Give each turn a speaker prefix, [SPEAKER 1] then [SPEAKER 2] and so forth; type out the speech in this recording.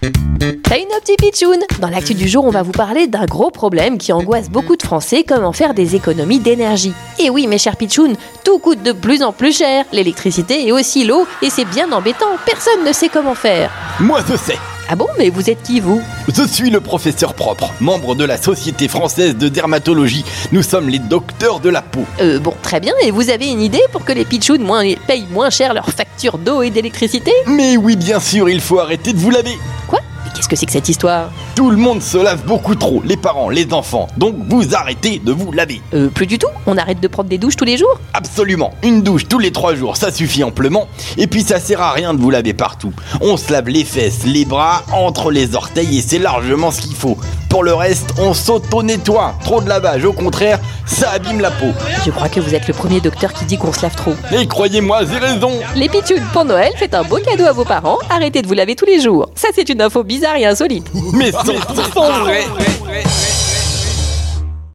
[SPEAKER 1] T'as une opti pitchoun Dans l'actu du jour, on va vous parler d'un gros problème qui angoisse beaucoup de Français, comment faire des économies d'énergie. Et oui, mes chers pitchouns, tout coûte de plus en plus cher, l'électricité et aussi l'eau, et c'est bien embêtant, personne ne sait comment faire.
[SPEAKER 2] Moi je sais
[SPEAKER 1] Ah bon, mais vous êtes qui vous
[SPEAKER 2] Je suis le professeur propre, membre de la Société française de dermatologie. Nous sommes les docteurs de la peau.
[SPEAKER 1] Euh, bon, très bien, et vous avez une idée pour que les pitchouns moins- payent moins cher leurs factures d'eau et d'électricité
[SPEAKER 2] Mais oui, bien sûr, il faut arrêter de vous laver.
[SPEAKER 1] Quoi Mais qu'est-ce que c'est que cette histoire
[SPEAKER 2] Tout le monde se lave beaucoup trop, les parents, les enfants. Donc vous arrêtez de vous laver.
[SPEAKER 1] Euh, plus du tout, on arrête de prendre des douches tous les jours
[SPEAKER 2] Absolument, une douche tous les trois jours, ça suffit amplement. Et puis ça sert à rien de vous laver partout. On se lave les fesses, les bras, entre les orteils et c'est largement ce qu'il faut. Pour le reste, on s'auto-nettoie. Trop de lavage, au contraire, ça abîme la peau.
[SPEAKER 1] Je crois que vous êtes le premier docteur qui dit qu'on se lave trop.
[SPEAKER 2] Et croyez-moi, j'ai raison.
[SPEAKER 1] Les pitchounes pour Noël, faites un beau cadeau à vos parents, arrêtez de vous laver tous les jours. Ça, c'est une info bizarre et insolite.
[SPEAKER 2] Mais c'est sans vrai.